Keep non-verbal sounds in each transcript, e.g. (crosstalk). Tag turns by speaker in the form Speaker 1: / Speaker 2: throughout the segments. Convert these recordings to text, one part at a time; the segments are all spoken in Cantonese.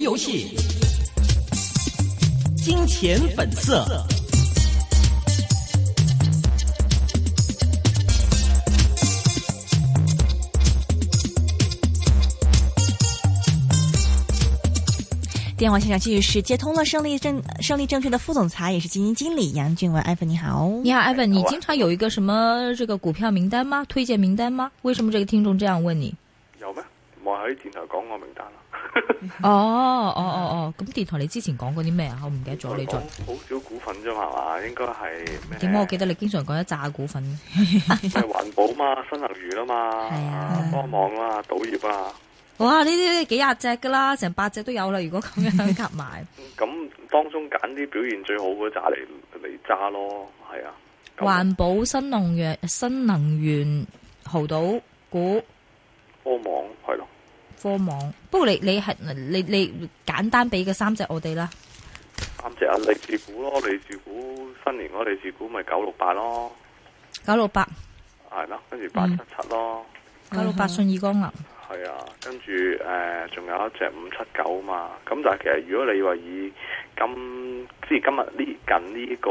Speaker 1: 游戏《金钱本色》。
Speaker 2: 电话现场继续是接通了胜利证胜利证券的副总裁，也是基金经理杨俊文。艾芬，你好。
Speaker 3: 你好，艾文，你经常有一个什么这个股票名单吗？推荐名单吗？为什么这个听众这样问你？
Speaker 4: 有咩？咪喺電台講個名單啦。
Speaker 3: 哦哦哦哦，咁電台你之前講過啲咩啊？我唔記得咗你
Speaker 4: 講
Speaker 3: 再
Speaker 4: 好少股份啫嘛，係嘛？應該係咩？
Speaker 3: 點解啊我記得你經常講一扎股份？
Speaker 4: 咩環保嘛，新能源啊
Speaker 3: 係啊
Speaker 4: 嘛，科網啦，賭業啊。
Speaker 3: 哇！呢啲幾廿隻噶啦，成八隻都有啦。如果咁樣夾埋，
Speaker 4: 咁當中揀啲表現最好嗰扎嚟嚟揸咯，係啊。咁
Speaker 3: 環保、新能源、新能源、豪賭股、
Speaker 4: 科網係咯，
Speaker 3: 科網。不過你你係你你簡單俾嘅三隻我哋啦。
Speaker 4: 三隻啊，利是股咯，利是股新年嗰利是股咪九六八咯，
Speaker 3: 九六八、
Speaker 4: 係啦，跟住八七七咯，
Speaker 3: 九六八信義光能，
Speaker 4: 係啊，跟住誒仲有一隻五七九嘛。咁但係其實如果你話以今即係今日呢近呢、個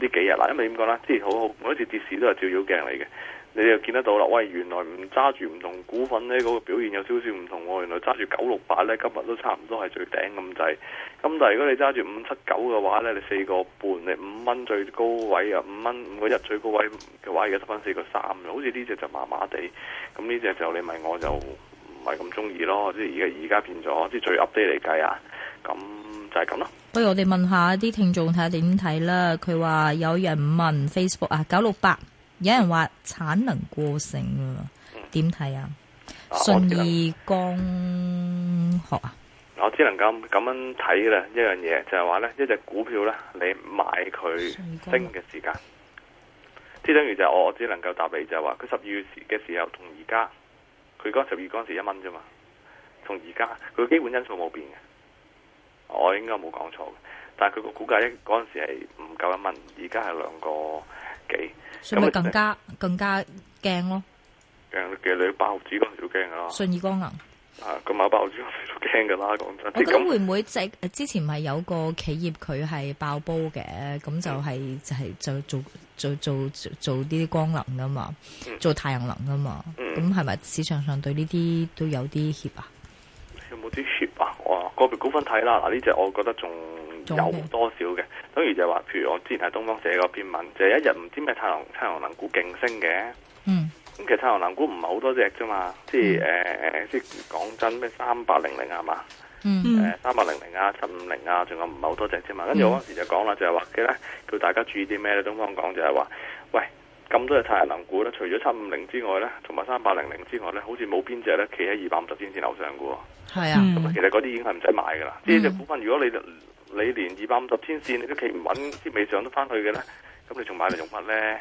Speaker 4: 呢幾日啦，因為點講咧，即係好好每一次跌市都係照妖鏡嚟嘅。你又見得到啦，喂，原來唔揸住唔同股份呢嗰、個表現有少少唔同喎。原來揸住九六八呢，今日都差唔多係最頂咁滯。咁但係如果你揸住五七九嘅話呢，你四個半，你五蚊最高位啊，五蚊五個一最高位嘅話，而家得翻四個三啦。好似呢只就麻麻地，咁呢只就你問我就唔係咁中意咯。即係而家而家變咗，即係最 update 嚟計啊，咁就係咁啦。
Speaker 3: 不如我哋問下啲聽眾睇下點睇啦。佢話有人問 Facebook 啊，九六八，有人話產能過剩啊，點睇啊？
Speaker 4: 嗯啊
Speaker 3: 信
Speaker 4: 我只能
Speaker 3: 義光學啊，
Speaker 4: 我只能夠咁樣睇啦，一樣嘢就係話呢，一隻股票呢，你買佢升嘅時間，即係等於就係我我只能夠答你就係話，佢十二月時嘅時候同而家，佢嗰十二嗰陣時一蚊啫嘛，同而家佢基本因素冇變嘅，我應該冇講錯嘅，但係佢個股價一嗰陣時係唔夠一蚊，而家係兩個幾，
Speaker 3: 所以咪
Speaker 4: 咁啊
Speaker 3: 更加更加驚咯。
Speaker 4: 誒嘅你爆紙嗰陣時都驚噶啦，
Speaker 3: 信義光能，
Speaker 4: 啊佢買爆紙嗰陣時都驚噶啦，講真，
Speaker 3: 我
Speaker 4: 即
Speaker 3: 覺
Speaker 4: 係
Speaker 3: 得
Speaker 4: 咁
Speaker 3: 哦會唔會即係之前咪有個企業佢係爆煲嘅，咁
Speaker 4: 嗯
Speaker 3: 就係、就係、就做做做做做呢啲光能噶嘛，
Speaker 4: 嗯
Speaker 3: 做太陽能噶嘛，
Speaker 4: 嗯
Speaker 3: 咁係咪市場上對呢啲都有啲怯啊？
Speaker 4: 有冇啲血啊？我個別股份睇啦，嗱呢只我覺得仲
Speaker 3: 仲有
Speaker 4: 有多少嘅，等於就係話，譬如我之前喺東方寫嗰篇文，就係、一日唔知咩太陽太陽能股勁升嘅，
Speaker 3: 嗯，
Speaker 4: 咁其實太陽能股唔係好多隻啫嘛，即係誒誒，即係講真咩三八零零係嘛？
Speaker 3: 嗯
Speaker 2: 嗯
Speaker 4: 誒三八零零啊、七五零啊，仲有唔係好多隻啫嘛。跟住我嗰時就講啦，就係話嘅咧，叫大家注意啲咩咧？東方講就係話，喂，咁多隻太陽能股咧，除咗七五零之外咧，同埋三八零零之外咧，好似冇邊隻咧企喺二百五十天線樓上嘅喎。
Speaker 2: 嗯
Speaker 3: 係啊，
Speaker 4: 咁其實嗰啲已經係唔使買㗎啦。即係只股份，如果你你連二百五十天線你都企唔穩，啲未上得翻去嘅咧，咁你仲買嚟用乜咧？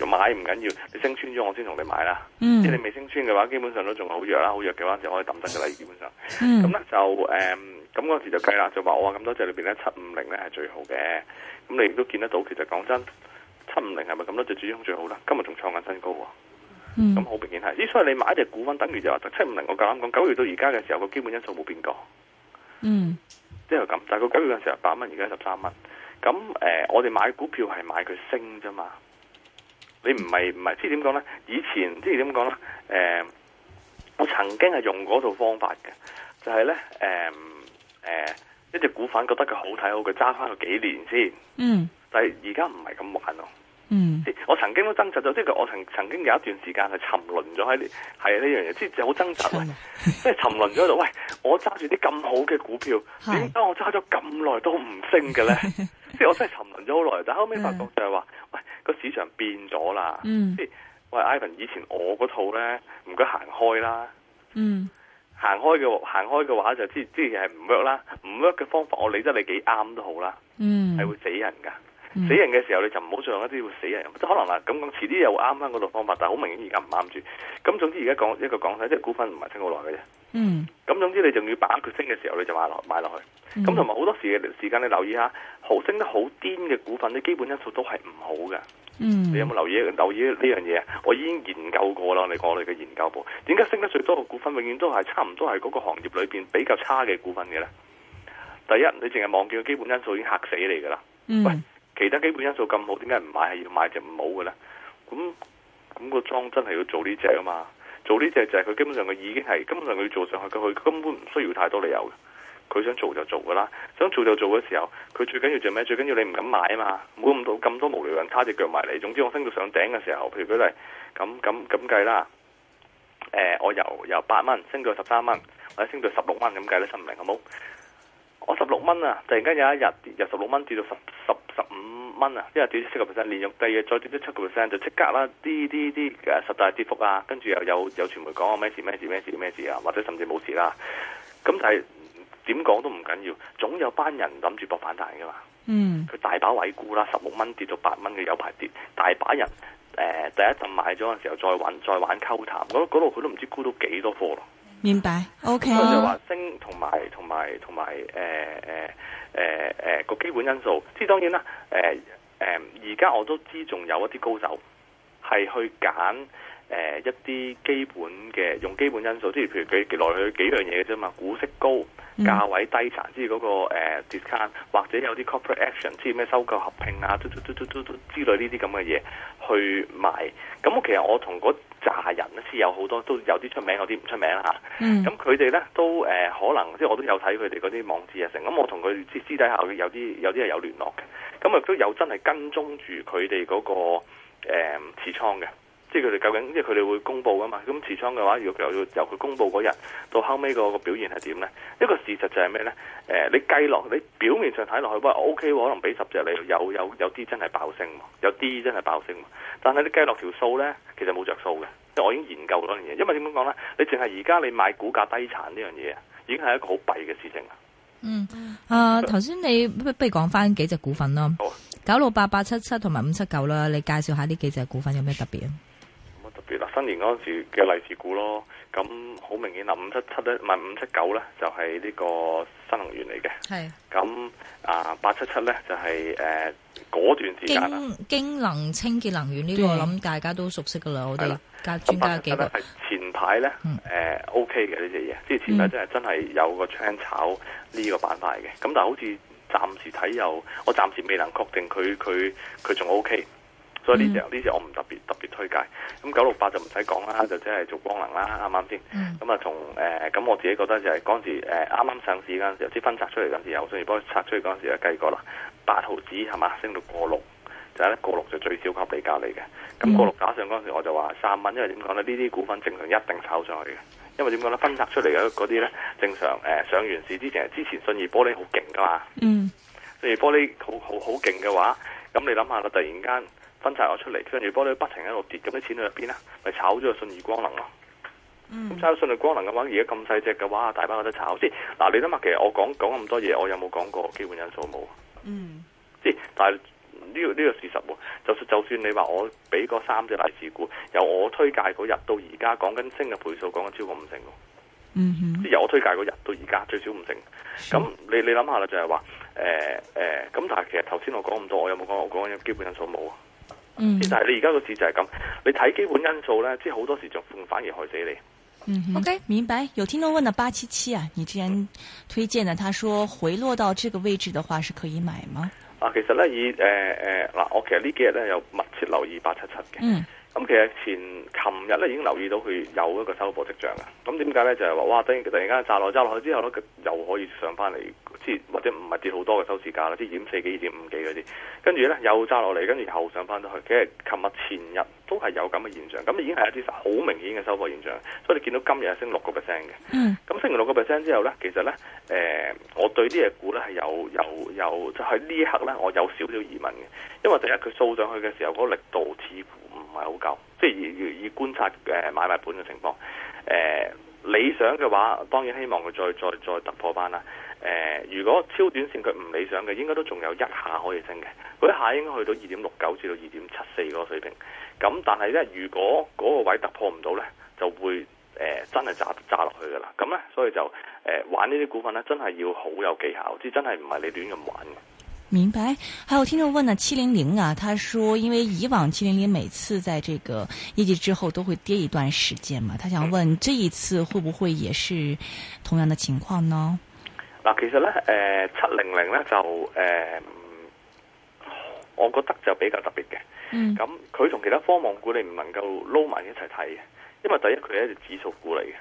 Speaker 4: 用買唔緊要，你升穿咗我先同你買啦。
Speaker 2: 嗯
Speaker 4: 即係你未升穿嘅話，基本上都仲係好弱啦，好弱嘅話就可以抌得㗎啦，基本上。咁
Speaker 2: 嗯
Speaker 4: 咧就誒，嗯咁嗰時就計啦，就話我話咁多隻裏邊咧，七五零咧係最好嘅。咁你亦都見得到，其實講真，七五零係咪咁多隻主中最好啦？今日仲創緊新高喎。
Speaker 2: 嗯
Speaker 4: 咁好明顯係，之所以你買一隻股份，等於就話七五零，我夠膽講九月到而家嘅時候，個基本因素冇變過，
Speaker 2: 嗯
Speaker 4: 即係咁。但係個九月嘅時候八蚊，而家十三蚊。咁誒、呃我哋買股票係買佢升啫嘛。你唔係唔係，即係點講咧？以前即係點講咧？誒、我曾經係用嗰套方法嘅，就係咧誒誒，一隻股份覺得佢好睇好，佢揸翻佢幾年先。
Speaker 2: 嗯
Speaker 4: 但係而家唔係咁玩咯。
Speaker 2: 嗯
Speaker 4: 即係我曾經都掙扎咗，即係我曾曾經有一段時間係沉淪咗喺呢係呢樣嘢，即係好掙扎。喂即係沉淪咗喺度。喂，我揸住啲咁好嘅股票，
Speaker 3: 係
Speaker 4: 點解我揸咗咁耐都唔升嘅咧？即係我真係沉淪咗好耐，但後尾發覺就係話，喂，個市場變咗啦。
Speaker 2: 嗯
Speaker 4: 即係喂，Ivan，以前我嗰套咧，唔該行開啦。
Speaker 2: 嗯
Speaker 4: 行開嘅行開嘅話就知知係唔 work 啦，唔 work 嘅方法我理得你幾啱都好啦，
Speaker 2: 嗯
Speaker 4: 係會死人㗎。
Speaker 2: 嗯
Speaker 4: 死人嘅時候你就唔好上一啲會死人，即係可能啦咁講，遲啲又啱翻嗰度方法，但係好明顯而家唔啱住。咁總之而家講一個講晒，即係股份唔係升好耐嘅啫。
Speaker 2: 嗯
Speaker 4: 咁總之你仲要把握佢升嘅時候，你就買落買落去。咁同埋好多時嘅時間，你留意下，好升得好癲嘅股份，啲基本因素都係唔好嘅。
Speaker 2: 嗯
Speaker 4: 你有冇留意留意呢樣嘢啊？我已經研究過啦，我哋我哋嘅研究部，點解升得最多嘅股份，永遠都係差唔多係嗰個行業裏邊比較差嘅股份嘅咧？第一，你淨係望見個基本因素已經嚇死你㗎啦。喂
Speaker 2: 嗯
Speaker 4: 其他基本因素咁好，點解唔買係要買隻唔好嘅咧？咁咁個莊真係要做呢只啊嘛，做呢只就係佢基本上佢已經係根本上佢要做上去，佢佢根本唔需要太多理由嘅，佢想做就做噶啦，想做就做嘅時候，佢最緊要就咩？最緊要你唔敢買啊嘛，唔好咁多咁多無聊人叉隻腳埋嚟。總之我升到上頂嘅時候，譬如舉例咁咁咁計啦，誒、我由由八蚊升到十三蚊，或者升到十六蚊咁計咧，心唔明好冇？我十六蚊啊，突然間有一日跌由十六蚊跌到十十十五蚊啊，一日跌咗七個 percent，連續第二日再跌咗七個 percent，就即刻啦，啲啲啲誒十大跌幅啊，跟住又有有傳媒講啊我咩事咩事咩事咩事啊，或者甚至冇事啦。咁但係點講都唔緊要，總有班人諗住搏反彈噶嘛。
Speaker 2: 嗯
Speaker 4: 佢大把位沽啦，十六蚊跌到八蚊嘅有排跌，大把人誒、呃第一陣買咗嘅時候再玩再玩溝淡，嗰嗰度佢都唔知沽到幾多貨咯。
Speaker 2: 明白，OK，
Speaker 4: 佢就話升同埋同埋同埋誒誒誒誒個基本因素，即係當然啦誒誒而家我都知仲有一啲高手係去揀誒、呃一啲基本嘅用基本因素，即係譬如佢來去幾樣嘢嘅啫嘛，股息高、
Speaker 2: 嗯
Speaker 4: 價位低殘，即係嗰個、呃 discount，或者有啲 corporate action，即係咩收購合併啊，嘟嘟嘟嘟嘟嘟之類呢啲咁嘅嘢去賣。咁其實我同嗰扎人咧，似有好多都有啲出名，有啲唔出名啦嚇。
Speaker 2: 嗯
Speaker 4: 咁佢哋咧都誒、呃可能即係我都有睇佢哋嗰啲網誌啊成，咁我同佢私私底下有啲有啲係有聯絡嘅，咁啊都有真係跟蹤住佢哋嗰個、呃、持倉嘅，即係佢哋究竟，即係佢哋會公佈噶嘛，咁持倉嘅話，如果由由佢公佈嗰日到後尾個個表現係點咧？一個事實就係咩咧？誒、你計落你表面上睇落去，哇 O K 可能俾十隻你有有有啲真係爆升喎，有啲真係爆升喎，但係你計落條數咧，其實冇着數嘅。即係我已經研究嗰樣嘢，因為點講咧？你淨係而家你買股價低殘呢樣嘢，已經係一個好弊嘅事情啊！
Speaker 3: 嗯，啊，頭先你不不如講翻幾隻股份啦
Speaker 4: 好啊，
Speaker 3: 九六八八七七同埋五七九啦，你介紹下呢幾隻股份有咩特別啊？
Speaker 4: 冇乜特別啦，新年嗰陣時嘅利是股咯，咁好明顯啦，五七七咧，唔係五七九咧，就係呢個新能源嚟嘅。
Speaker 3: 係
Speaker 4: 咁啊，八七七咧就係誒嗰段時間啊啦。
Speaker 3: 京京能清潔能源呢個，
Speaker 2: 對
Speaker 3: 我諗大家都熟悉噶啦，我
Speaker 4: 係
Speaker 3: 哋
Speaker 4: 啦
Speaker 3: 家專家有幾個
Speaker 4: 係前排咧
Speaker 3: 嗯，
Speaker 4: 誒 O K 嘅呢隻嘢，即係前排真係真係有個 trend 炒呢個板塊嘅，咁但係好似暫時睇又，我暫時未能確定佢佢佢仲 O K，所以呢
Speaker 3: 嗯
Speaker 4: 隻呢隻我唔特別特別推介。咁九六八就唔使講啦，就即係做光能啦，啱唔啱先？
Speaker 3: 嗯
Speaker 4: 咁啊，同誒咁我自己覺得就係嗰陣時誒啱啱上市嗰陣時候，即係分拆出嚟嗰陣時候，信義幫拆出嚟嗰陣時就計過啦，八毫子係嘛，升到過六，就係咧過六就最少級比價嚟嘅。
Speaker 2: 嗯
Speaker 4: 咁過六打上嗰陣時我就話三蚊，因為點講咧？呢啲股份正常一定炒上去嘅，因為點講咧？分拆出嚟嘅嗰啲咧，正常誒、呃上完市之前，之前信義玻璃好勁噶嘛。
Speaker 2: 嗯
Speaker 4: 信義玻璃好好好勁嘅話，咁你諗下啦，突然間分拆咗出嚟，信義玻璃不停喺度跌，咁啲錢去咗邊啊？咪炒咗個信義光能咯。咁
Speaker 2: 嗯
Speaker 4: 炒到信力光能嘅話，而家咁細隻嘅話，大把有得炒。即係嗱，你諗下，其實我講講咁多嘢，我有冇講過基本因素冇？
Speaker 2: 嗯
Speaker 4: 即係但係呢、個呢、個事實喎。就算就算你話我俾嗰三隻例子股，由我推介嗰日到而家講緊升嘅倍數，講緊超過五成喎。
Speaker 2: 嗯哼
Speaker 4: 即係由我推介嗰日到而家最少五成。咁你你諗下啦，就係話誒誒，呃咁、但係其實頭先我講咁多，我有冇講我講緊基本因素冇啊？
Speaker 3: 嗯
Speaker 4: 即係但係你而家個市就係咁，你睇基本因素咧，即係好多時就反而害死你。
Speaker 2: 嗯哼
Speaker 3: OK
Speaker 2: 明白。有听众问了八七七啊，你之前推荐的，他说回落到这个位置的话是可以买吗？
Speaker 4: 啊，其實咧以誒誒嗱，我其實呢幾日咧有密切留意八七七嘅，咁、
Speaker 2: 嗯
Speaker 4: 其實前琴日咧已經留意到佢有一個收貨跡象啦。咁點解咧就係、話哇，突然突然間炸落炸落去之後咧，佢又可以上翻嚟，即係或者唔係跌好多嘅收市價啦，即係二點四幾、二點五幾嗰啲，跟住咧又炸落嚟，跟住又上翻咗去。其實琴日前日都係有咁嘅現象，咁已經係一啲好明顯嘅收貨現象，所以你見到今日係升六個 percent 嘅。
Speaker 2: 嗯
Speaker 4: 咁升完六個 percent 之後咧，其實咧，誒、我對呢隻股咧係有有有，就喺呢一刻咧，我有少少疑問嘅，因為第一佢掃上去嘅時候，嗰、個力度似乎唔係好夠，即係以以以觀察誒、買賣盤嘅情況，誒、理想嘅話，當然希望佢再再再突破翻啦。誒、如果超短線佢唔理想嘅，應該都仲有一下可以升嘅，嗰一下應該去到二點六九至到二點七四嗰個水平。咁但係咧，如果嗰個位突破唔到咧，就會誒、呃真係炸炸落去㗎啦。咁咧，所以就誒、呃玩呢啲股份咧，真係要好有技巧，即係真係唔係你亂咁玩嘅。
Speaker 2: 明白。还有听众问呢，七零零啊，他说因为以往七零零每次在这个业绩之后都会跌一段时间嘛，他想问这一次会不会也是同样的情况呢？
Speaker 4: 嗱，其實咧，诶七零零咧就诶、我覺得就比較特別嘅。
Speaker 2: 嗯
Speaker 4: 咁佢同其他科網股你唔能夠撈埋一齊睇嘅，因為第一佢係一隻指數股嚟嘅，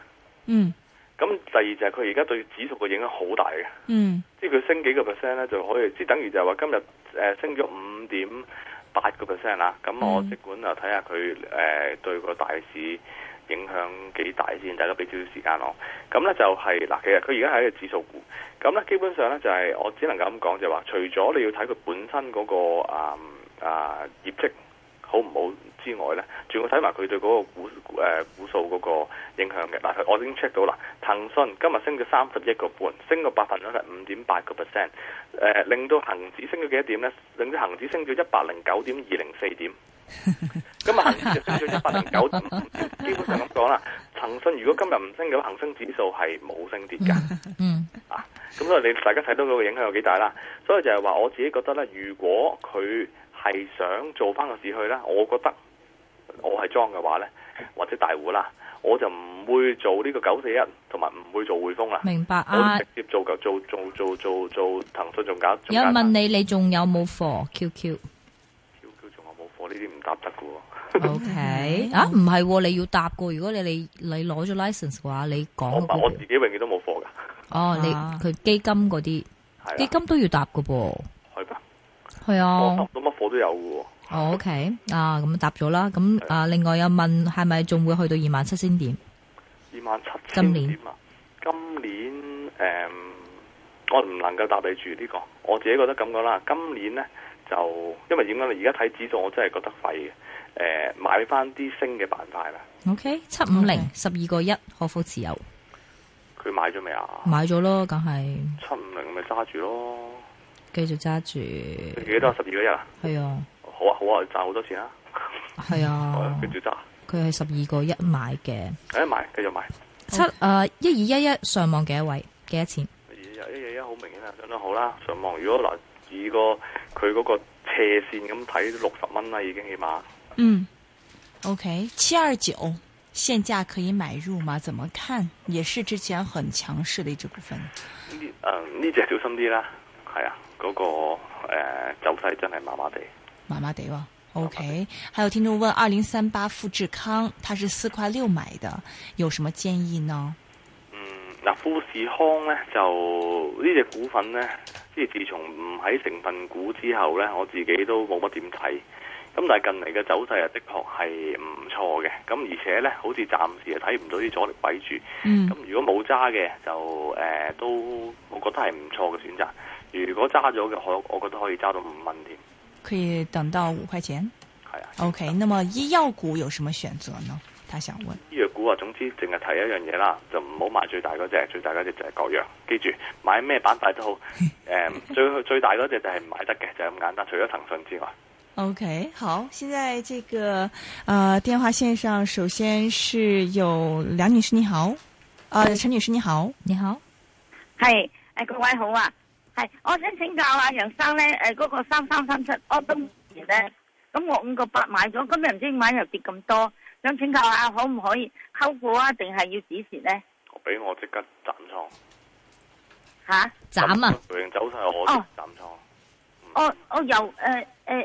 Speaker 2: 嗯
Speaker 4: 咁第二就係佢而家對指數嘅影響好大嘅，
Speaker 2: 嗯
Speaker 4: 即係佢升幾個 percent 咧就可以，即係等於就係話今日誒、呃升咗五點八個 percent 啦，咁我
Speaker 3: 嗯
Speaker 4: 即管啊睇下佢誒對個大市。影響幾大先？大家俾少少時間我。咁呢就係、嗱，其實佢而家係一個指數股。咁呢，基本上呢，就係、我只能夠咁講，就係話除咗你要睇佢本身嗰、個啊啊業績好唔好之外呢，仲要睇埋佢對嗰個股誒、股數嗰個影響嘅。嗱，佢我已經 check 到啦，騰訊今日升咗三十一個半，升個百分率係五點八個 percent，誒令到恒指升咗幾多點呢？令到恒指升咗一百零九點二零四點。今日恒指就升咗一百零九點五點，基本上咁講啦。騰訊如果今日唔升嘅話，恒生指數係冇升跌㗎。
Speaker 3: 嗯
Speaker 4: 啊，咁所以你大家睇到嗰個影響有幾大啦。所以就係話我自己覺得咧，如果佢係想做翻個市去咧，我覺得我係裝嘅話咧，或者大戶啦，我就唔會做呢個九四一，同埋唔會做匯豐啦。
Speaker 3: 明白啊
Speaker 4: 我。直接做做做做做做騰訊仲搞，仲
Speaker 3: 有人
Speaker 4: 簡單
Speaker 3: 問你，你仲有冇貨 QQ？
Speaker 4: QQ 仲有冇貨呢啲唔答得嘅喎。
Speaker 3: O K 啊，唔係喎，你要答過。如果你你你攞咗 license 嘅話，你
Speaker 4: 我
Speaker 3: 講個
Speaker 4: 我
Speaker 3: 股
Speaker 4: 自
Speaker 3: 票
Speaker 4: 己永遠都冇貨㗎，
Speaker 3: 哦，你
Speaker 2: 啊
Speaker 3: 佢基金嗰啲基
Speaker 4: 係啊，
Speaker 3: 金都要答嘅噃，
Speaker 4: 係吧？
Speaker 3: 係
Speaker 4: 我
Speaker 3: 啊
Speaker 4: 揼。到乜貨都有嘅喎。
Speaker 3: 哦，O K 啊，咁答咗啦。咁啊，另外有問係咪仲會去到二萬七千點？
Speaker 4: 二萬七
Speaker 3: 今
Speaker 4: 千
Speaker 3: 年
Speaker 4: 點啊！今年誒、我唔能夠答你住呢、個，我自己覺得咁講啦。今年呢，就因為點講咧？而家睇指數，我真係覺得廢嘅。誒、買翻啲升嘅板塊啦。
Speaker 3: O K，七五零十二個一，可否持有？
Speaker 4: 佢買咗未啊？
Speaker 3: 買咗咯，梗係
Speaker 4: 七五零咪揸住咯。
Speaker 3: 繼續揸住。
Speaker 4: 佢幾多啊？十二個一啊？
Speaker 3: 係啊，
Speaker 4: 好啊好啊，賺好多錢啊！
Speaker 3: 係啊，
Speaker 4: 跟住揸，
Speaker 3: 佢係十二個一買嘅。
Speaker 4: 誒買繼續買。
Speaker 3: 七誒一二一一上網幾多位？幾多錢？
Speaker 4: 一日一日一哎好明顯係相當好啦。上網如果嗱以個佢嗰個斜線咁睇，六十蚊啦已經起碼。
Speaker 2: 嗯，OK，七二九现价可以买入吗？怎么看？也是之前很强势的一只股份。
Speaker 4: 呢誒呢只小心啲啦，係啊，嗰、個、呃、走勢真係麻麻地。
Speaker 2: 麻麻地吧。OK，还有听众问二零三八富士康，它是四块六买的，有什么建议呢？
Speaker 4: 嗯，嗱，富士康咧就呢只股份咧，即係自從唔喺成分股之後咧，我自己都冇乜點睇。咁但係近嚟嘅走勢啊，的確係唔錯嘅。咁而且咧，好似暫時係睇唔到啲阻力位住。
Speaker 2: 嗯
Speaker 4: 咁如果冇揸嘅就誒、呃都，我覺得係唔錯嘅選擇。如果揸咗嘅，我我覺得可以揸到五蚊添。
Speaker 2: 可以等到五块钱。
Speaker 4: 係啊。
Speaker 2: OK，那么医药股有什么选择呢？他想问。
Speaker 4: 醫藥股啊，總之淨係提一樣嘢啦，就唔好買最大嗰只，最大嗰只就係國藥。記住買咩板塊
Speaker 3: (laughs)
Speaker 4: 都好，誒、最最大嗰只就係唔買得嘅，就係咁簡單。除咗騰訊之外，
Speaker 2: OK，好，现在这个呃电话线上首先是有梁女士，你好，呃陈女士你好，
Speaker 3: 你好，
Speaker 1: 系诶，各位好啊，系我想请教啊，杨生咧，诶、嗰、个三三三七安东前咧，咁我五个八买咗，今日唔知点解又跌咁多，想請教下可唔可以溝股啊，定係要止蝕咧？
Speaker 4: 我俾我即刻斬倉。
Speaker 3: 啊
Speaker 1: 吓、
Speaker 3: 斬啊！！
Speaker 4: 佢走勢我即刻斬倉。
Speaker 1: 我我又诶诶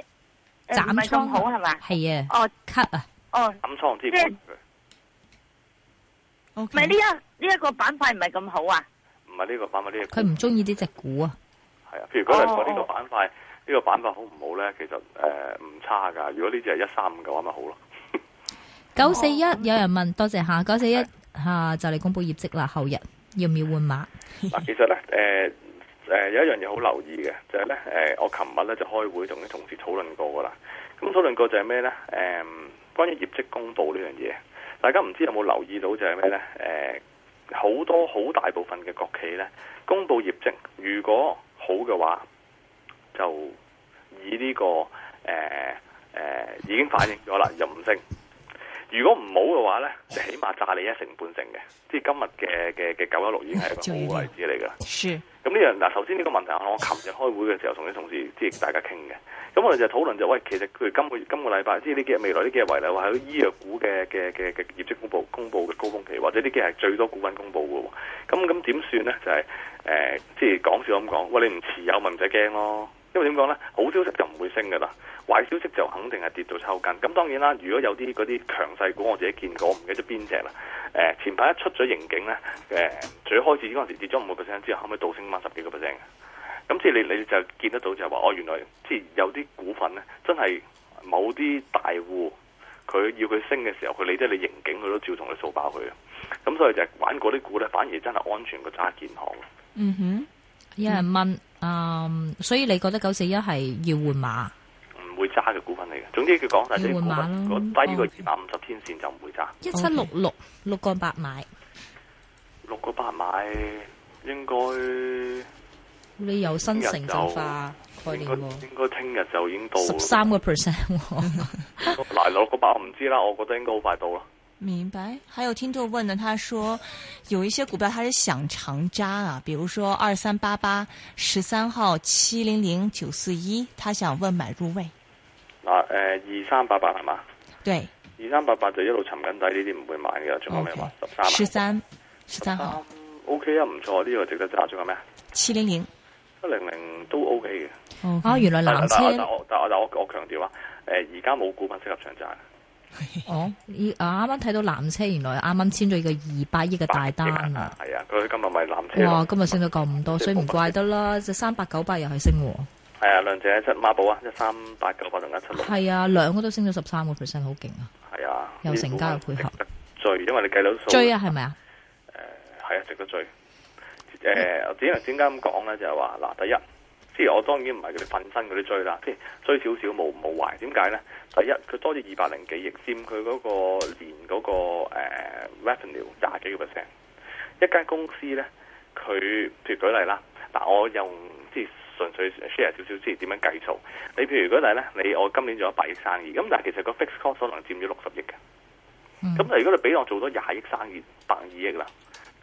Speaker 1: 诶，唔
Speaker 3: 斬
Speaker 1: 係
Speaker 3: 倉
Speaker 1: 咁
Speaker 3: 啊
Speaker 1: 好係嘛？
Speaker 3: 係啊
Speaker 1: 哦
Speaker 3: ，cut 啊！
Speaker 1: 哦，
Speaker 4: 斬倉之
Speaker 1: 即係
Speaker 4: 前
Speaker 1: 唔係呢
Speaker 2: OK，
Speaker 1: 一呢一個板塊唔係咁好啊，
Speaker 4: 唔係呢個板塊呢、個
Speaker 3: 佢唔中意呢只股啊，
Speaker 4: 係啊。譬如講嚟
Speaker 1: 哦
Speaker 4: 講呢個
Speaker 1: 哦
Speaker 4: 板塊，呢、個板塊好唔好咧？其實誒唔、差㗎。如果呢只係一三五嘅話，咪好咯。
Speaker 3: 九四一有人問，多謝下九四一吓就嚟公布業績啦，後日要唔要換馬？ (laughs)
Speaker 4: 嗱，其實咧，誒、誒、有一樣嘢好留意嘅，就係咧，誒、我琴日咧就開會同啲同事討論過噶啦。咁討論過就係咩咧？誒、關於業績公佈呢樣嘢，大家唔知有冇留意到就係咩咧？誒、好多好大部分嘅國企咧，公佈業績，如果好嘅話，就以呢、個誒誒、已經反映咗啦，又唔升。如果唔好嘅話呢，你起碼炸你一成半成嘅，即係今日嘅嘅嘅九一六已經係一個好位置嚟㗎啦。
Speaker 2: 是
Speaker 4: 咁呢樣嗱，首先呢個問題我琴日開會嘅時候同啲同事即係大家傾嘅，咁我哋就討論就喂，其實佢今個今個禮拜即係呢幾日未來呢幾日為例，話喺醫藥股嘅嘅嘅嘅業績公佈公佈嘅高峰期，或者呢幾日係最多股份公佈嘅喎，咁咁點算呢？就係、誒、即係講笑咁講，喂，你唔持有咪唔使驚咯。因為點講呢？好消息就唔會升噶啦，壞消息就肯定係跌到抽筋。咁當然啦，如果有啲嗰啲強勢股，我自己見過，我唔記得咗邊隻啦。誒、前排一出咗盈警呢，誒、呃最開始嗰陣時跌咗五個 percent 之後，後尾倒升翻十幾個 percent 嘅。咁即係你你就見得到就係話，哦，原來即係有啲股份呢，真係某啲大戶佢要佢升嘅時候，佢理得你盈警，佢都照同你掃爆佢嘅。咁所以就係玩嗰啲股呢，反而真係安全過揸建行。
Speaker 2: 嗯哼，
Speaker 3: 有人問，嗯，所以你覺得九四一係要換馬？
Speaker 4: 唔會揸嘅股份嚟嘅。總之佢講晒啲股
Speaker 3: 要換
Speaker 4: 份，
Speaker 3: 馬
Speaker 4: 如
Speaker 3: 咯
Speaker 4: 果低過二百五十天線就唔會揸。
Speaker 3: 一七六六六個八買，
Speaker 4: 六個八買應該
Speaker 3: 你有新城鎮化概
Speaker 4: 應
Speaker 3: 念
Speaker 4: 該
Speaker 3: 喎，
Speaker 4: 應該聽日就已經到
Speaker 3: 十三個 (laughs) percent。
Speaker 4: 嗱六個八我唔知啦，我覺得應該好快到啦。
Speaker 2: 明白。还有听众问呢，他说有一些股票他是想长揸啊，比如说二三八八、十三号、七零零、九四一，他想问买入位。
Speaker 4: 嗱誒二三八八係嘛？
Speaker 2: 对，
Speaker 4: 二三八八就一路沉緊底，呢啲唔會買嘅。仲有咩話？十三啊
Speaker 2: 十三十三
Speaker 4: 三
Speaker 2: 号、
Speaker 4: OK 啊，唔錯，呢個值得揸。仲有咩？
Speaker 2: 七零零。
Speaker 4: 七零零都 OK 嘅。
Speaker 3: 哦，原來
Speaker 4: 但
Speaker 3: 藍
Speaker 4: 但但
Speaker 3: 車
Speaker 4: 我但但我我強調啊，誒而家冇股份適合長揸嘅。
Speaker 3: 哦，咦啊啱啱睇到藍車，原來啱啱簽咗個二百億嘅大單啦。
Speaker 4: 係啊，佢今日咪藍車
Speaker 3: 哇！
Speaker 4: 咯。
Speaker 3: 今日升到咁多，所以唔怪得啦，只三百九百又係升喎。
Speaker 4: 系啊，梁姐七孖寶啊，一三八九八同一七六，
Speaker 3: 係啊，兩個都升咗十三個 percent，好勁啊！
Speaker 4: 係啊，
Speaker 3: 有成交嘅配合
Speaker 4: 呢個值得追，因為你計到數，
Speaker 3: 追啊，係咪啊？
Speaker 4: 係啊，值得追。诶、呃我點點解咁講咧？就係話嗱，第一，即係我當然唔係佢哋瞓身嗰啲追啦，即係追少少冇冇壞。點解咧？第一，佢多咗二百零幾億，佔佢嗰個年嗰、個、呃、revenue 廿幾個 percent。一間公司咧，佢譬如舉例啦，嗱，我用即係純粹 share 少少，即係點樣計數。你譬如舉例咧，你我今年做一百億生意，咁但係其實個 fixed cost 可能佔咗六十億嘅。
Speaker 3: 嗯
Speaker 4: 咁如果你俾我做多廿億生意，百二億啦，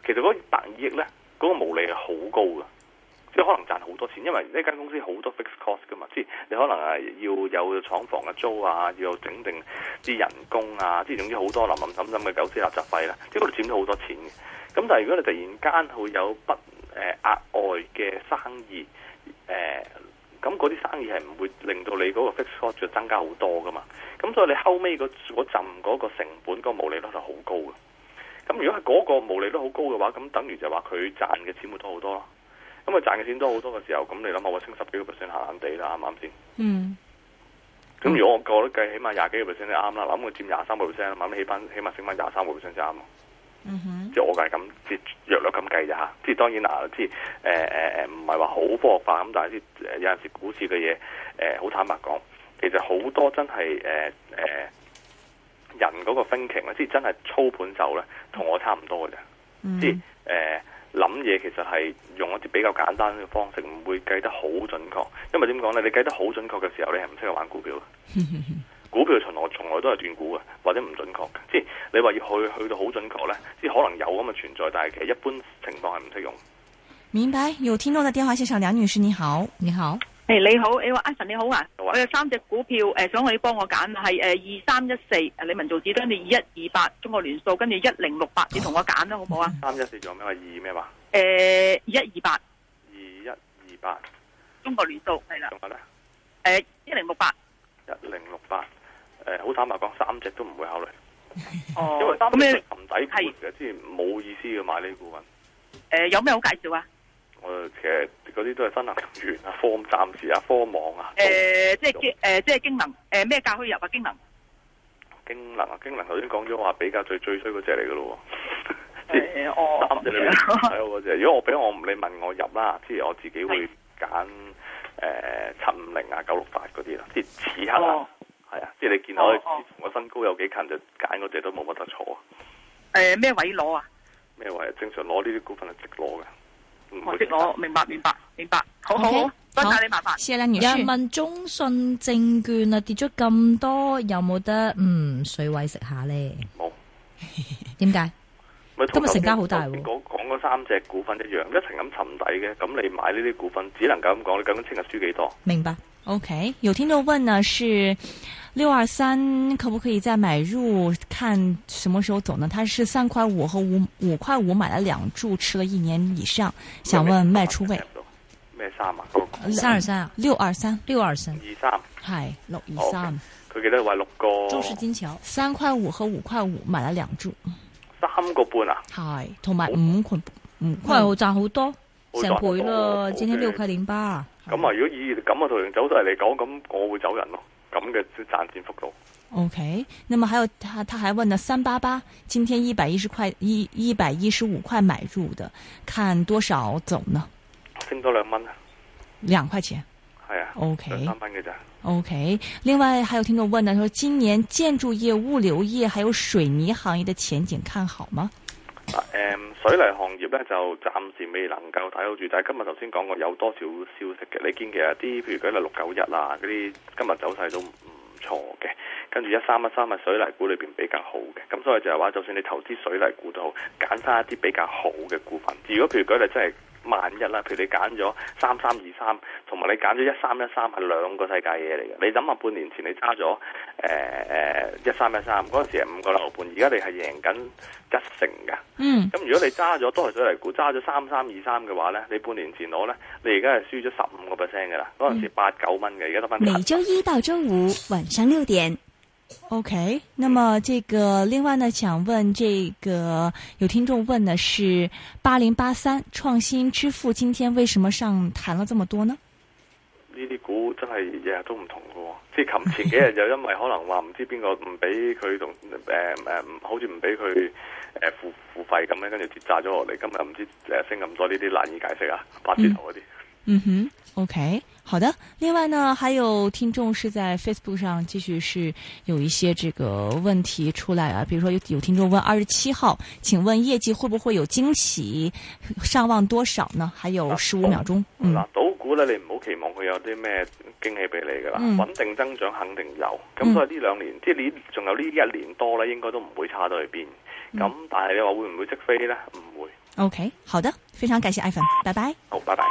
Speaker 4: 其實嗰百二億咧，嗰、個毛利係好高嘅，即係可能賺好多錢，因為呢間公司好多 fixed cost 噶嘛，即係你可能係要有廠房嘅租啊，要有整定啲人工啊，即係總之好多林林沈沈嘅狗屎垃圾費啦，即係嗰度佔咗好多錢嘅。咁但係如果你突然間會有筆誒、呃、額外嘅生意誒。呃咁嗰啲生意係唔會令到你嗰個 fixed cost 就增加好多噶嘛，咁所以你後尾嗰嗰陣嗰個成本、個毛利率係好高嘅。咁如果係嗰個毛利率好高嘅話，咁等於就話佢賺嘅錢會多好多咯。咁佢賺嘅錢多好多嘅時候，咁你諗下，我升十幾個 percent 閒閒地啦，啱唔啱先？
Speaker 2: 嗯，
Speaker 4: 咁如果我覺得計起碼廿幾個 percent 就啱啦，諗佢佔廿三個 percent 啊嘛，咁起翻起碼升翻廿三個 percent 就啱咯。
Speaker 2: 嗯哼，
Speaker 4: 即係我梗係咁，即係略略咁計啫嚇。即係當然啦，即係誒誒誒，唔係話好科學化咁，但係啲誒有陣時股市嘅嘢誒，好、坦白講，其實好多真係誒誒人嗰個 thinking 咧，即係真係操盤手咧，同我差唔多嘅啫。
Speaker 2: 嗯
Speaker 4: 即係誒諗嘢其實係用一啲比較簡單嘅方式，唔會計得好準確。因為點講咧？你計得好準確嘅時候，你係唔識去玩股票嘅。股票從來從來都係斷估嘅，或者唔準確嘅。即係你話要去去到好準確咧，即係可能有咁嘅存在，但係其實一般情況係唔適用。
Speaker 2: 明白。有听众在电话线上，梁女士你好，
Speaker 3: 你好，
Speaker 5: 诶，你好，你话阿神你好啊，
Speaker 4: 好啊
Speaker 5: 我有三只股票诶、呃想你帮我拣，系诶二三一四李文造紙，跟住二一二八中國聯數，跟住一零六八，你同我揀啦，好唔好啊？
Speaker 4: 三一四仲有咩話？二咩話？
Speaker 5: 诶、二呃一二八
Speaker 4: 二一二八，
Speaker 5: 中國聯數係啦，
Speaker 4: 仲有咧
Speaker 5: 诶一零六八，
Speaker 4: 一零六八。誒，好坦白講，三隻都唔會考慮，
Speaker 5: 哦
Speaker 4: 因為三隻
Speaker 5: 咁
Speaker 4: 係
Speaker 5: 你
Speaker 4: 沉底股嘅，即係冇意思嘅買呢啲股份。
Speaker 5: 诶、呃有咩好介紹啊？
Speaker 4: 我其實嗰啲都係新能源啊、科暫時啊、科網啊、
Speaker 5: 诶、呃即係經诶即系经能诶咩價可以入啊？經能
Speaker 4: 京能啊、京能頭先講咗話比較最最衰嗰只嚟嘅咯喎，即係
Speaker 5: 诶哦，
Speaker 4: 三隻裏面係嗰只。如果我俾我你問我入啦，即係我自己會揀誒七五零啊、九六八嗰啲啦，即係此刻啊
Speaker 5: 哦，
Speaker 4: 係啊，即係你見我
Speaker 5: 哦哦
Speaker 4: 我身高有幾近就揀嗰只都冇乜得坐，啊
Speaker 5: 诶咩位攞啊？
Speaker 4: 咩話正常攞呢啲股份係直攞嘅，唔
Speaker 5: 我
Speaker 4: 會
Speaker 5: 識攞，明白明白明白，好好好，多
Speaker 2: 好
Speaker 5: 謝你麻煩。
Speaker 2: 谢兰女
Speaker 3: 有
Speaker 2: 士
Speaker 3: 人。問中信證券啊跌咗咁多，有冇得嗯水位食下咧？
Speaker 4: 冇。
Speaker 3: 點解？
Speaker 4: 咪同
Speaker 3: 今日成交好大喎
Speaker 4: 頭先講講嗰三隻股份一樣，一程咁沉底嘅，咁你買呢啲股份只能夠咁講，你究竟聽日輸幾多？
Speaker 3: 明白。
Speaker 2: OK，有聽眾問呢是六二三可不可以再買入？看什么时候走呢？他是三块五和五五块五买了两注，吃了一年以上，想問賣出位。
Speaker 4: 啊咩三啊？嗰個
Speaker 3: 三二三啊，
Speaker 2: 六二三
Speaker 3: 六二三，
Speaker 4: 二三，
Speaker 2: 係六二三
Speaker 4: OK 佢記得話六個
Speaker 3: 中石金橋
Speaker 2: 三塊五和五塊五買了兩注，
Speaker 4: 三個半啊？
Speaker 2: 係同埋五塊五
Speaker 3: 喂，
Speaker 2: 塊
Speaker 3: 我賺好多，
Speaker 4: 好
Speaker 3: 成倍咯，
Speaker 4: 賺好多
Speaker 3: 今天
Speaker 4: 好嘅
Speaker 3: 六塊零八。
Speaker 4: 咁啊，如果以咁嘅圖形走勢嚟講，咁我會走人咯。咁嘅賺錢幅度，
Speaker 2: OK，那麼還有他他還問呢，三八八今天一百一十塊一一百一十五塊買入的，看多少走呢？
Speaker 4: 升多兩蚊啊，
Speaker 2: 兩塊錢。
Speaker 4: 係啊
Speaker 2: OK
Speaker 4: 兩三蚊嘅咋？
Speaker 2: OK，另外還有聽眾問呢，說今年建築業、物流業還有水泥行業的前景看好嗎？
Speaker 4: 啊誒、水泥行業咧就暫時未能夠睇好住，但係今日頭先講過有多少消息嘅，你見其實啲譬如舉例六九一啊嗰啲今日走勢都唔錯嘅，跟住一三一三係水泥股裏邊比較好嘅，咁所以就係話就算你投資水泥股都好，揀翻一啲比較好嘅股份。如果譬如舉例真係萬一啦，譬如你揀咗三三二三，同埋你揀咗一三一三係兩個世界嘢嚟嘅。你諗下半年前你揸咗誒誒一三一三嗰陣時係五個樓盤，而家你係贏緊一成㗎。
Speaker 2: 嗯，
Speaker 4: 咁如果你揸咗都係水泥股，揸咗三三二三嘅話咧，你半年前攞咧，你而家係輸咗十五個 percent 嘅啦，嗰陣時八九蚊嘅，而家得翻七
Speaker 6: 每。周一到周五晚上六点。
Speaker 2: OK，那么这个另外呢，想问这个有听众问呢是八零八三创新支付今天为什么上弹了这么多呢？
Speaker 4: 呢啲股真係日日都唔同嘅喎，即係琴前幾日就因為可能話唔知邊個唔俾佢同誒誒，唔好似唔俾佢誒付付費咁樣，跟住跌炸咗落嚟，今日唔知誒升咁多，呢啲難以解釋啊，八字頭嗰啲。
Speaker 2: 嗯哼，OK，好的。另外呢，还有听众是在 Facebook 上继续是有一些这个问题出来啊，比如说有有听众问二十七号，请问业绩会不会有惊喜？上望多少呢？还有十五秒钟，嗯
Speaker 4: 嗱，賭股咧，你唔好期望佢有啲咩驚喜俾你噶啦，
Speaker 2: 嗯
Speaker 4: 穩定增長肯定有。
Speaker 2: 嗯
Speaker 4: 咁所以呢兩年，即係呢仲有呢一年多咧，應該都唔會差到去邊。
Speaker 2: 嗯
Speaker 4: 咁但係你話會唔會即飛咧？唔會。
Speaker 2: ，OK，好的，非常感谢艾粉，拜拜。
Speaker 4: 好，拜拜。